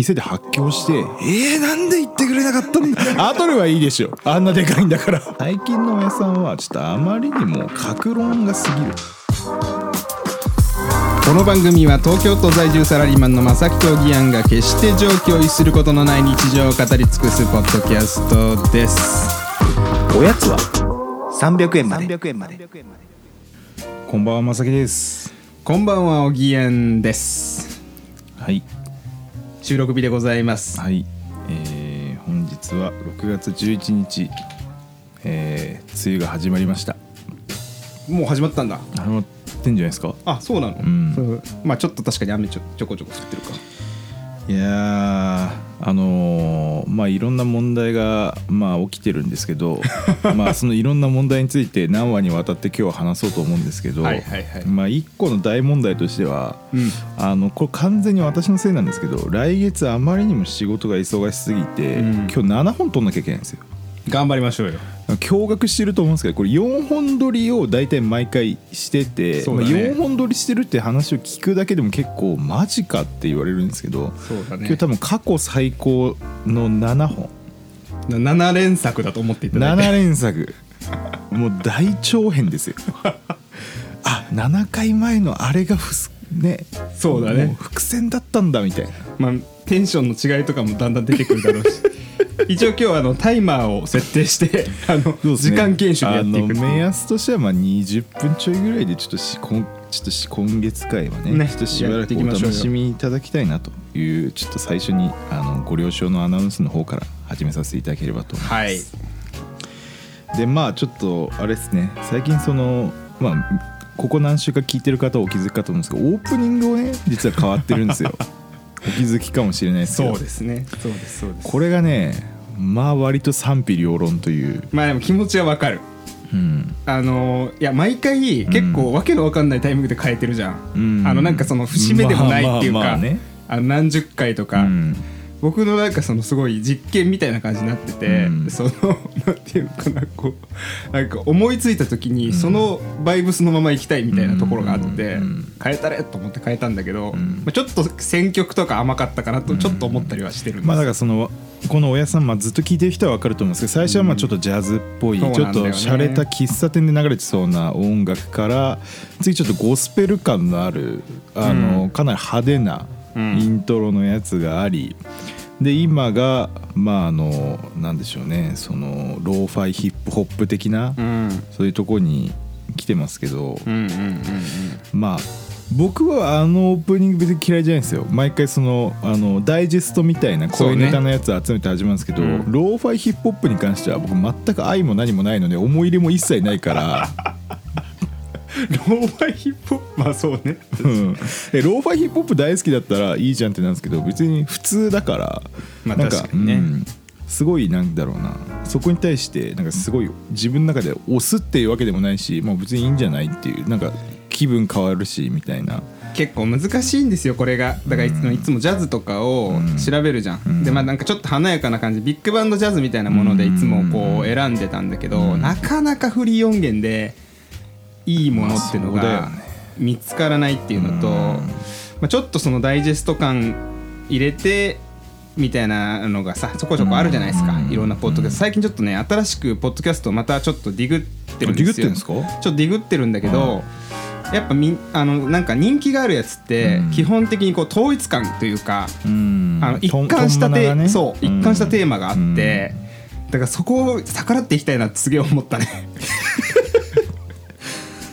店で発狂してえー、なんで言ってくれなかったんだ アトルはいいでしょあんなでかいんだから最近の親さんはちょっとあまりにも格論が過ぎるこの番組は東京都在住サラリーマンの正木と義安が決して常軌を逸することのない日常を語り尽くすポッドキャストですおやつは300円まで円までこんばんはまさきですこんばんはおぎやんですはい収録日でございますはいえー、本日は6月11日えー、梅雨が始まりましたもう始まったんだ始まってんじゃないですかあそうなの、んそうまあちょっと確かに雨ちょちょこちょこ降ってるかいやーあのーまあいろんな問題がまあ起きてるんですけ どまあそのいろんな問題について何話にわたって今日は話そうと思うんですけどはいはいはいまあ一個の大問題としては、うんあのこれ完全に私のせいなんですけど来月あまりにも仕事が忙しすぎて、うん今日7本取んなきゃいけないんですよ。頑張りましょうよ驚愕してると思うんですけどこれ4本撮りを大体毎回してて、そうまだあ、ね4本撮りしてるって話を聞くだけでも結構マジかって言われるんですけどそうだ今日多分過去最高の7本7連作だと思っていただ7いて連作もう大長編 ですよあ7回前のあれがふすねそうだねも伏線だったんだみたいなまあ、テンションの違いとかもだんだん出てくるだろう し一応今日はあのタイマーを設定してあの、時間厳守でやっていくってあいのう目安としてはまあ20分ちょいぐらいでちょっとしこんちょっとし今月会はねねちょっとしばらくお楽しみいただきたいなというちょっと最初にあのご了承のアナウンスの方から始めさせていただければと思います、はいでまあちょっとあれですね最近そのまあここ何週か聞いてる方はお気づきかと思うんですけどオープニングをね実は変わってるん ですよお気づきかもしれないですけどそうですねそうですそうですこれがねまあ割と賛否両論という、まあでも気持ちはわかるうん、あのいや毎回結構わけのわかんないタイミングで変えてるじゃん、うんあのなんかその節目でもないっていうまか、あまあまあねあの何十回とか、うん僕のなんかそのすごい実験みたいな感じになってて、うんその なんていうのかなこうなんか思いついた時にそのバイブスのまま行きたいみたいなところがあって、うん変えたれと思って変えたんだけど、んまあ、ちょっと選曲とか甘かったかなとちょっと思ったりはしてるんです、まあだからそのこのおやさん、まあ、ずっと聞いてる人は分かると思うんですけど最初はまあちょっとジャズっぽい、そうちょなっんだとよね洒落た喫茶店で流れてそうな音楽から次ちょっとゴスペル感のあるあの、うんかなり派手なうんイントロのやつがあり、で今がまああのなんでしょうねそのローファイヒップホップ的な、うんそういうとこに来てますけど、うんうんうんうんまあ僕はあのオープニング別に嫌いじゃないんですよ毎回そのあのダイジェストみたいなそう声ねネタのやつを集めて始まるんですけど、うんローファイヒップホップに関しては僕全く愛も何もないので思い入れも一切ない から、ローファイヒップホップまあそうねうんえローファイヒップホップ大好きだったらいいじゃんってなんですけど別に普通だから、まあなん確かにねうんすごいなんだろうなそこに対してなんかすごい自分の中で押すっていうわけでもないし、まあ、別にいいんじゃないっていうなんか気分変わるしみたいな。結構難しいんですよこれがだからいつも,、いつもジャズとかを調べるじゃん、んでまあなんかちょっと華やかな感じビッグバンドジャズみたいなものでいつもこうんう選んでたんだけど、うんなかなかフリー音源でいいものっていうのまあがそうだよね見つからないっていうのと、うんまあ、ちょっとそのダイジェスト感入れてみたいなのがさちょこちょこあるじゃないですか、うんいろんなポッドキャスト最近ちょっとね新しくポッドキャストまたちょっとディグってるんデですよィグってんですかちょっとディグってるんだけど、やっぱみんあのなんか人気があるやつってうん基本的にこう統一感というか、うんあの一貫したテー、そう一貫したテーマがあっ、とんまなてね、だからそこを逆らっていきたいなってすげえ思ったねうん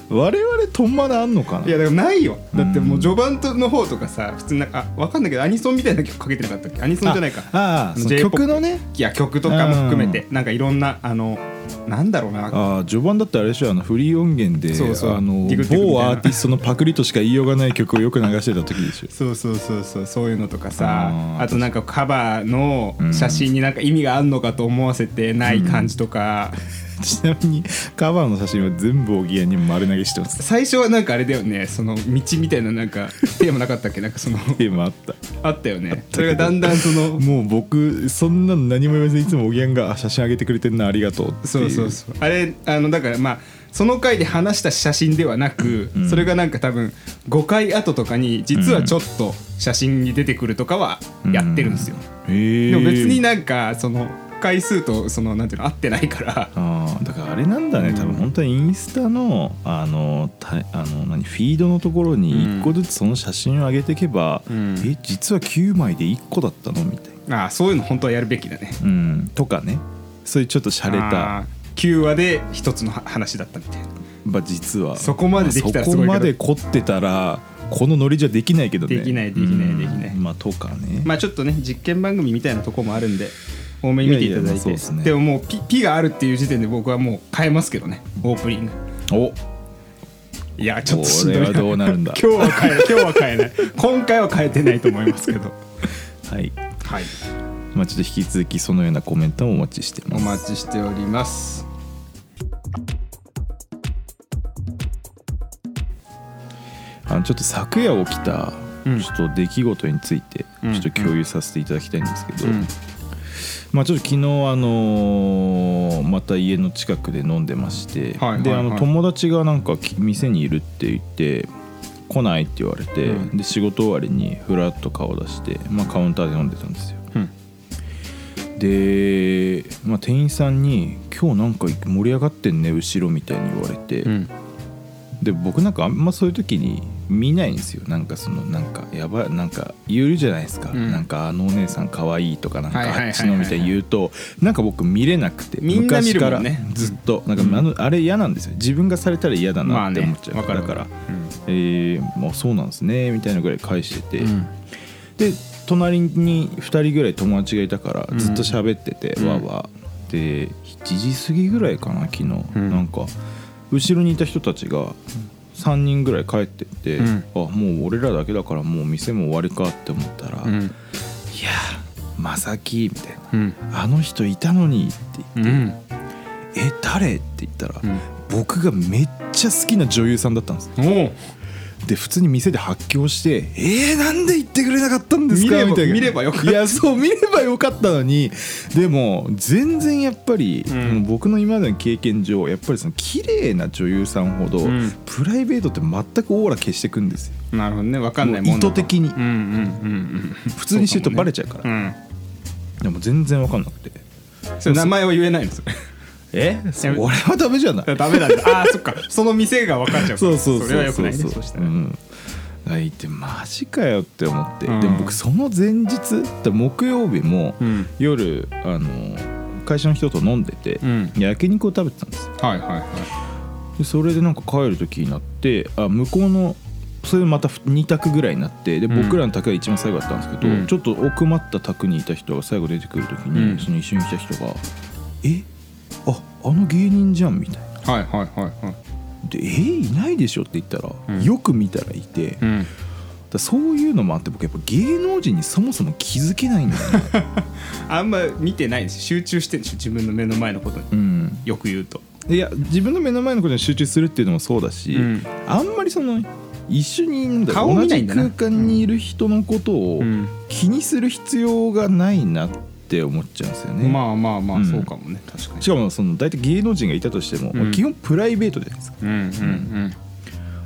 我々とんまなあんのかないやだからないよだってもう序盤の方とかさ普通になんかあわかんないけどアニソンみたいな曲かけてなかったっけアニソンじゃないかああのその J-POP 曲のねいや曲とかも含めてなんかいろんなあのなんだろうなああ序盤だってあれでしょあのフリー音源でそうそうあのディグディグみたいな某アーティストのパクリとしか言いようがない曲をよく流してた時で しょそうそうそうそうそういうのとかさああーとなんかカバーの写真になんか意味があるのかと思わせてない感じとか、ちなみにカバーの写真は全部おぎやに丸投げしてます最初はなんかあれだよねその道みたいななんかテーマなかったっけなんかそのテーマあったあったよねそれがだんだんそのもう僕そんなの何も言わずにいつもおぎやんがあ「写真あげてくれてんなありがとう」っていそうそうそうあれあのだからまあその回で話した写真ではなく、うんそれがなんか多分5回後とかに実はちょっと写真に出てくるとかはやってるんですよ、えー、でも別になんかその回数とそのなんていうの合ってないからあーだからあれなんだね、うん多分本当にインスタのあのたあの何フィードのところに一個ずつその写真を上げていけば、うんえ実は9枚で1個だったのみたいな、ああそういうの本当はやるべきだねうん、とかねそういうちょっとあ洒落たー9話で一つのは話だったみたいなまあ実はそこまでできたらすごいけどそこまで凝ってたらこのノリじゃできないけどねできないできないうんできないまあとかね、まあちょっとね実験番組みたいなとこもあるんで多めに見ていただいいやいやまあそてうですねでももうピピがあるっていう時点で僕はもう変えますけどねオープニングおいやちょっとしんどいこれはどうなるんだ今日は変えない今日は変えない今回は変えてないと思いますけどはいはいまあちょっと引き続きそのようなコメントをお待ちしてまおす待ちしておりますあのちょっと昨夜起きたうんちょっと出来事についてちうんょっと共有させていただきたいんですけど、うんまあちょっと昨日あのーまた家の近くで飲んでまして、はいはいはいであの友達がなんかき店にいるって言って来ないって言われて、うんで仕事終わりにふらっと顔出して、まあ、カウンターで飲んでたんですようんで、まあ、店員さんに「今日なんか盛り上がってんね後ろ」みたいに言われて、うんで僕なんかあんまそういう時に見ないんですよなんかそのなんかやばいなんか言うじゃないですか、うんなんかあのお姉さん可愛いとかなんかはいはいはいはいあっちのみたいに言うとなんか僕見れなくてみんな昔見るもかんらねずっとなんかあのあれ嫌なんですよ自分がされたら嫌だまなあってね思っちゃう、わかるだからうん「えー、まあそうなんですね」みたいなぐらい返してて、うんで隣に2人ぐらい友達がいたからうんずっと喋ってて、うんわーわーで7時過ぎぐらいかな昨日、うんなんか後ろにいた人たちが3人ぐらい帰ってって、うんあもう俺らだけだからもう店も終わりかって思ったら「ういやんーまさき」みたいなうん「あの人いたのに」ってうん「え誰?」って言ったら、うん僕がめっちゃ好きな女優さんだったんですおうで普通に店で発狂して「えー、なんで言ってくれなかったんですか?」見ればみたいな見ればよかったいやそう見ればよかったのにでも全然やっぱり、うんもう僕の今までの経験上やっぱりその綺麗な女優さんほど、うんプライベートって全くオーラ消してくんですよなるほどねわかんないもんだもう意図的にうんうんうんうん普通にしてるとバレちゃうからうんでも全然分かんなくてそれ名前は言えないんですよえそれはダメじゃないダメなん だああそっかその店が分かっちゃうからそうそうそううそれはよくないねうそしたらんあいてマジかよって思って、うんでも僕その前日で木曜日も、うん夜あの会社の人と飲んでて、うん焼肉を食べてたんですよはいはいはでそれでなんか帰る時になってあ向こうのそれでまた2択ぐらいになってでうん僕らの卓が一番最後だったんですけど、うんちょっと奥まった卓にいた人が最後出てくる時に、うんその一緒にいた人が「えああの芸人じゃん」みたいないはいはいはいはい「でえいないでしょ」って言ったら、うんよく見たらいて、だかうんらそういうのもあって僕やっぱ芸能人にそもそも気づけ ないんだよね、あんま見てないんです集中してるんでしょ自分の目の前のことにうん、よく言うといや自分の目の前のことに集中するっていうのもそうだし、うんあんまりその一緒になんだろ顔うを同見ないじんだな空間にいる人のことをうん気にする必要がないなって思っちゃうんですよね。まあまあまうあんそうかもね確かにしかもその大体芸能人がいたとしても、うん基本プライベートじゃないですかうんうんだか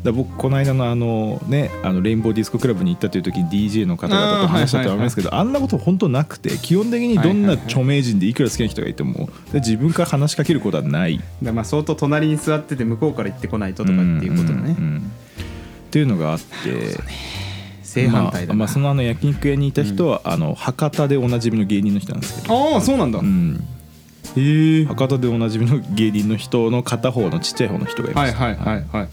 ら僕この間のあのねあのレインボーディスコクラブに行ったという時に DJ の方々と話したと思いますけどあんなこと本当なくて基本的にどんな著名人でいくら好きな人がいてもで自分から話しかけることはないうんまあ相当隣に座ってて向こうから行ってこないととかっていうことだねんうんうんっていうのがあって正反対まあだまなあ、そのあの焼肉屋にいた人は、あの博多でおなじみの芸人の人なんですけど、ああそうなんだうんへえ博多でおなじみの芸人の人の片方のちっちゃい方の人がいまはいした、はいはいはい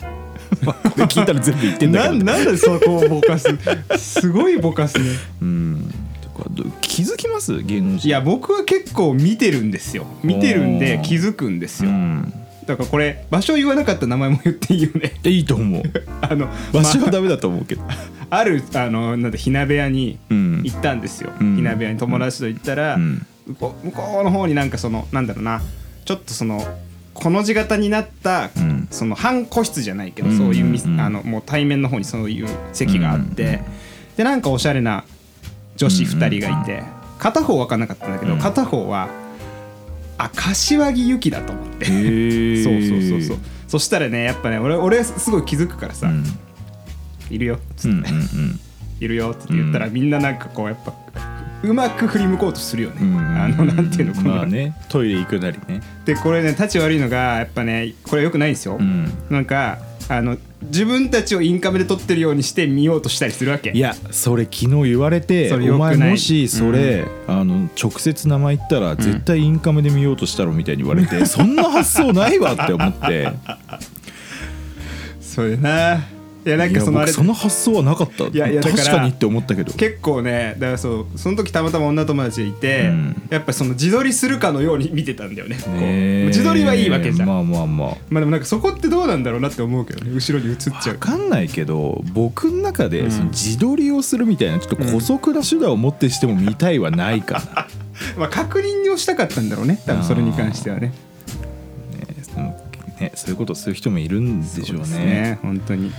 で聞いたら 全部言ってんだけなどんなんでそこをぼかす すごいぼかすねうんとかど気づきます芸能人いや僕は結構見てるんですよ見てるんおでー気づくんですうよ、んだからこれ場所言わなかった名前も言っていいよね いやいいと思うあの場所は まダメだと思うけど、あ、あるあのなんだ火鍋屋にうん行ったんですよ、うん火鍋屋に友達と行ったら、うん向こう向こうの方になんかそのなんだろうなちょっとそのこの字型になった、うんその半個室じゃないけど、うんそういうみすうんあのもう対面の方にそういう席があって、うんでなんかおしゃれな女子2人がいて、片方分かんなかったんだけど、うん片方はあ柏木由紀だと思って。へえ そうそうそうそうそしたらねやっぱね俺俺すごい気づくからさ「うんいるよ」うんうんいるよ」って言ったら、うんみんななんかこうやっぱうまく振り向こうとするよね、うんうんあのなんていうのこの、まあねトイレ行くなりねでこれね立ち悪いのがやっぱねこれよくないんですよ、うんなんかあの自分たちをインカメで撮ってるようにして見ようとしたりするわけいやそれ昨日言われてそれ良おくない前もしそれ、あの直接名前言ったら絶対インカメで見ようとしたろみたいに言われ て、そんな発想ないわって思ってそれないやなんいかやそのあ僕れその発想はなかったいやいやだから確かにって思ったけど結構ねだからそうその時たまたま女友達がいて、うんやっぱその自撮りするかのように見てたんだよねこうねえ自撮りはいいわけじゃん、ままあ、あまあまあでもなんかそこってどうなんだろうなって思うけどね後ろに映っちゃ分うかんないけど僕の中うでんその自撮りをするみたいなちょっと姑息な手段を持ってしても見たいはないかな、まあ確認をしたかったんだろうね多分それに関してはねねそのねそういうことをする人もいるんでしょうそうですね本当に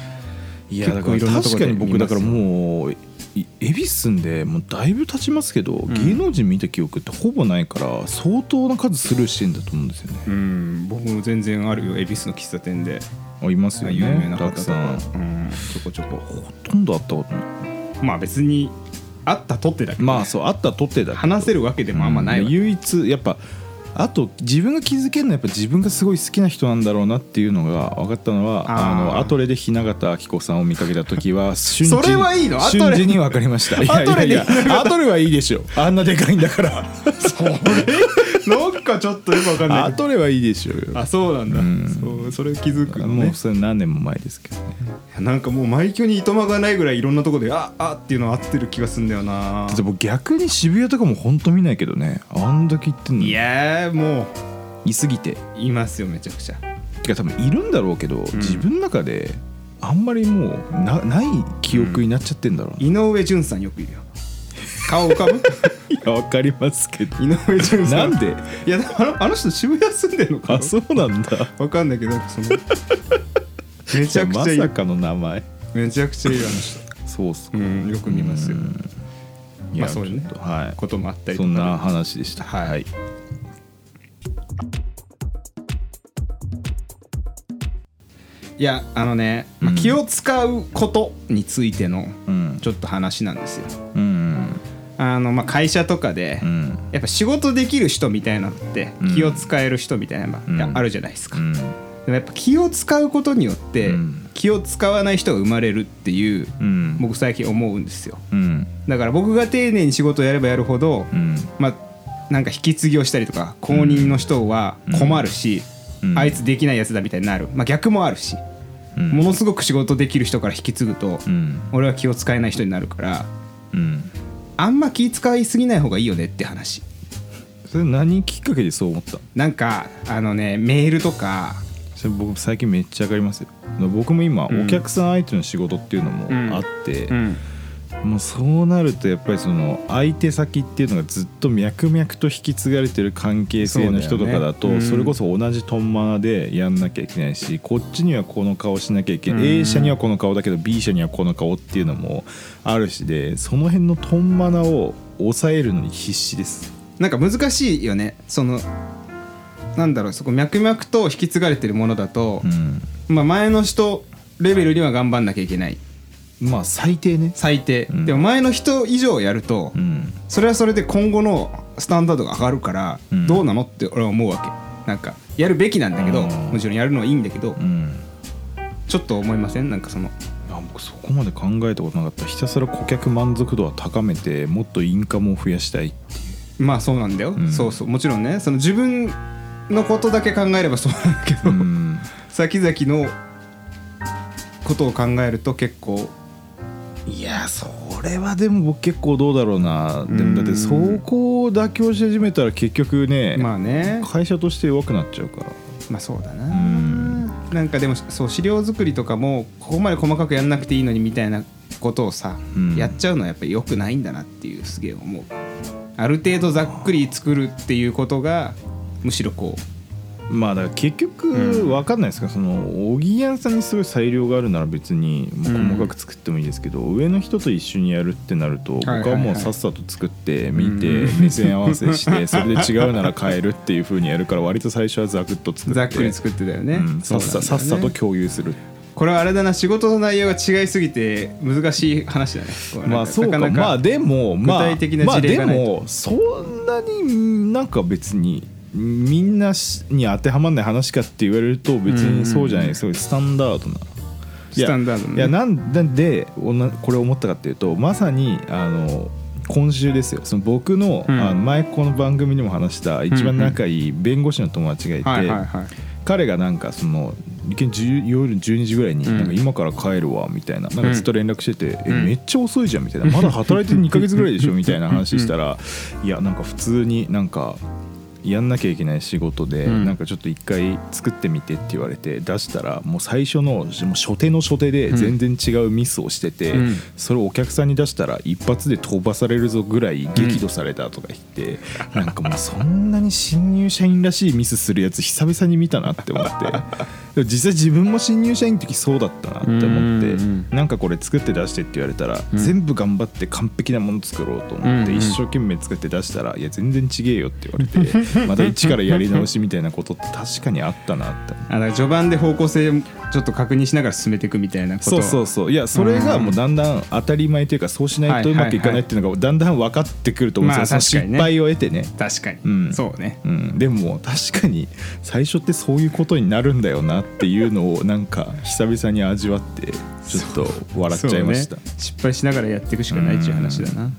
いや結だか構らいろんなとこ確かでに僕見だますかよらもうい恵比寿住んでもうだいぶ経ちますけど、芸能人見た記憶ってほぼないから相当な数スルーしてんだと思うんですよね。うん僕も全然あるよ恵比寿の喫茶店であいますよ有名ねな方たとくさかん。うんちょこちょこほとんどあったことない。まあ別にあったとってだけどねまあそうあったとってだけど話せるわけでもあんまないわうん唯一やっぱあと自分が気づけるのはやっぱ自分がすごい好きな人なんだろうなっていうのが分かったのはあーあのアトレで雛形あきこさんを見かけた時は 瞬時にそれはいいのアトレ瞬時に分かりま したいやいやいやアトレで雛形アトレはいいでしょあんなでかいんだから なんかちょっとよくわかん なアいけどトレはいいでしょうよあそうなんだ、うんそうそれ気づくのもねうそれ何年も前ですけどねなんかもう毎挙にいとまがないぐらいいろんなとこでああっていうのは合ってる気がすんだよなでも逆に渋谷とかも本当見ないけどねあんだけ行ってんのいやーもういすぎていますよめちゃくちゃてか多分いるんだろうけど、自分の中であんまりもうなない記憶になっちゃってんだろうな、井上潤さんよくいるよ顔浮か ぶいやわかりますけど井上潤さなんんでいやあのあの人渋谷住んでるのかあなそうなんだわかんないけどなん かそのめちゃくちゃいまいさかの名前めちゃくちゃいいあの人そうっすか、うんよく見ますようんまあそういうねちょっとはこともあったいりそとんかな話でしたはいはい、いやあのね、まあうん気を使うことについてのうんちょっと話なんですようんあの、まあ、会社とかで、うんやっぱ仕事できる人みたいなのってうん気を使える人みたいなのうんがあるじゃないですか、うんでもやっぱ気を使うことによってうん気を使わない人が生まれるっていううん僕最近思うんですようんだから僕が丁寧に仕事をやればやるほど、うんまあ、なんか引き継ぎをしたりとか公認の人は困るし、うんあいつできないやつだみたいになる、まあ、逆もあるし、うんものすごく仕事できる人から引き継ぐと、うん俺は気を使えない人になるからうんあんま気使いすぎない方がいいよねって話それ何きっかけでそう思ったのなんかあのねメールとかそれ僕最近めっちゃ上がりますよ僕も今うんお客さん相手の仕事っていうのもあって、んもうそうなるとやっぱりその相手先っていうのがずっと脈々と引き継がれてる関係性の人とかだそうだよねうとんそれこそ同じトンマナでやんなきゃいけないしこっちにはこの顔しなきゃいけない、うん A 社にはこの顔だけど B 社にはこの顔っていうのもあるしでその辺のトンマナを抑えるのに必死です。なんか難しいよねそのなんだろうそこ脈々と引き継がれてるものだとう、んまあ、前の人レベルには頑張んなきゃいけないまあ最低ね、最低、んでも前の人以上やると、うん、それはそれで今後のスタンダードが上がるから、うんどうなのって俺は思うわけなんかやるべきなんだけどうんもちろんやるのはいいんだけうど、んちょっと思いませんなんかそのあ僕そこまで考えたことなかったひたすら顧客満足度は高めてもっとインカムを増やしたいっていうまあそうなんだよ、うんそうそうもちろんねその自分のことだけ考えればそうなんだけど、うん 先々のことを考えると結構いやそれはでも僕結構どうだろうなでうんもだってそこを妥協し始めたら結局ね、まあね会社として弱くなっちゃうからまあそうだな、んなんかでもそう資料作りとかもここまで細かくやんなくていいのにみたいなことをさ、うんやっちゃうのはやっぱり良くないんだなっていうすげえ思うある程度ざっくり作るっていうことがむしろこうまあだから結局うん分かんないですか、そのおぎやんさんにすごい裁量があるなら別にもうんう細かく作ってもいいですけど、上の人と一緒にやるってなると僕はいはいはもうさっさと作って見て、うん目線合わせして それで違うなら変えるっていうふうにやるから割と最初はザクッと作ってざっくり作ってたよね、うんさそうっなんださよねさっさと共有するこれはあれだな仕事の内容が違いすぎて難しい話だねこれまあそうかななまあでもまあ具体的な事例がないとまあでもそんなになんか別にみんなしに当てはまんない話かって言われると別にそうじゃない、うんすごいスタンダードな。いスやタンダードねいやなんなんでおなこれ思ったかっていうとまさにあの今週ですよその僕の,、うんあの前この番組にも話した一番仲いい弁護士の友達がいて、はいはいはい彼がなんかその一見10夜12時ぐらいにうんなんか今から帰るわみたいななんかずっと連絡してて、んえめっちゃ遅いじゃんみたいな まだ働いて2ヶ月ぐらいでしょみたいな話したらいやなんか普通になんかやんなきゃいけない仕事で、うんなんかちょっと一回作ってみてって言われて出したらもう最初のもう初手の初手で全然違うミスをしてて、うんそれをお客さんに出したら一発で飛ばされるぞぐらい激怒されたとか言って、なんかもうそんなに新入社員らしいミスするやつ久々に見たなって思ってでも実際自分も新入社員の時そうだったなって思って、うんうんなんかこれ作って出してって言われたら、うん全部頑張って完璧なもの作ろうと思って、うんうん一生懸命作って出したらいや全然ちげえよって言われ てまた一からやり直しみたいなことって確かにあったなってあだから序盤で方向性ちょっと確認しながら進めていくみたいなことそうそうそういやそれがもうだんだん当たり前というかそうしないとうまくいかないっていうのがだんだん分かってくると思うんですよ、まあ確かそにのね失敗を得てね、確かに、うんそうねうん、でも確かに最初ってそういうことになるんだよなっていうのをなんか久々に味わってちょっと笑っちゃいました、そうね失敗しながらやっていくしかないっていう話だな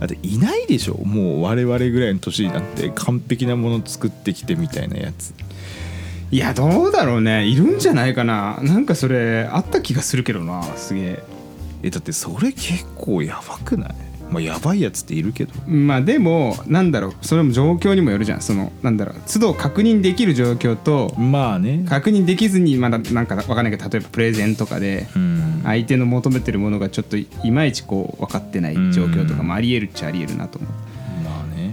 だっていないでしょもう我々ぐらいの年になって完璧なもの作ってきてみたいなやついやどうだろうねいるんじゃないかななんかそれあった気がするけどなすげええだってそれ結構やばくないまあやばいやつっているけどまあでもなんだろうそれも状況にもよるじゃんそのなんだろう都度確認できる状況とまあね確認できずにまだなんかわかんないけど例えばプレゼンとかでうん相手の求めてるものがちょっといまいちこう分かってない状況とかもありえるっちゃありえるなと思うまあね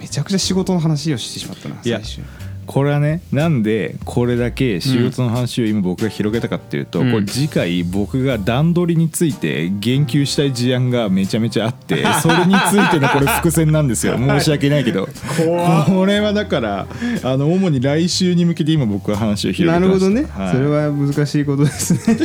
めちゃくちゃ仕事の話をしてしまったないや最終これはねなんでこれだけ仕事の話を今僕が広げたかっていうと、うんこれ次回僕が段取りについて言及したい事案がめちゃめちゃあって それについてのこれ伏線なんですよ申し訳ないけどこれはだからあの主に来週に向けて今僕は話を広げてなましたるほどね、はい、それは難しいことです ね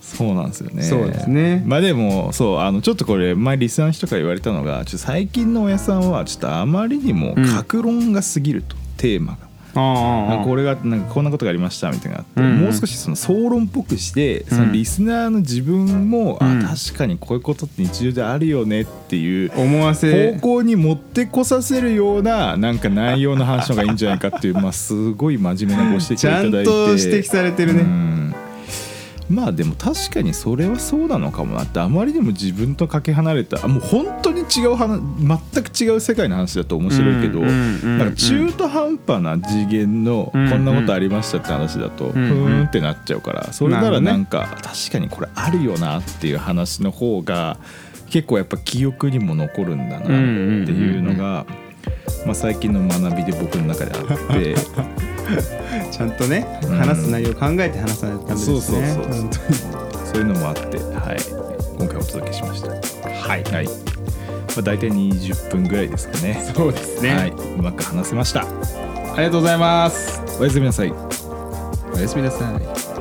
そうなんですよねそうですねまあでもそうあのちょっとこれ前リスナーの人から言われたのがちょっと最近の親さんはちょっとあまりにも格論が過ぎると、テーマが。なんあかこれがなんかこんなことがありましたみたいなのがあって、うんうんもう少しその総論っぽくして、んそのリスナーの自分も、うあん確かにこういうことって日常であるよねっていう思わせ方向に持ってこさせるようななんか内容の話の方がいいんじゃないかっていうまあすごい真面目なご指摘をいちゃたんだいてと指摘されてるね、うんまあでも確かにそれはそうなのかもなってあまりにも自分とかけ離れたあもう本当に違う話全く違う世界の話だと面白いけど、うんうんうんなんか中途半端な次元のこうんんなことありましたって話だと、うんうんふーんってなっちゃうからそれならななるほんか、確かにこれあるよなっていう話の方が結構やっぱ記憶にも残るんだなっていうのが、まあ、最近の学びで僕の中であって。ちゃんとね、ん話す内容を考えて話さないとダメですそねうそうそう本当にそういうのもあって、はい、今回お届けしました。はい、はい、まあ、大体20分ぐらいですかね。そうですね、はい、うまく話せました。ありがとうございますおやすみなさい。おやすみなさい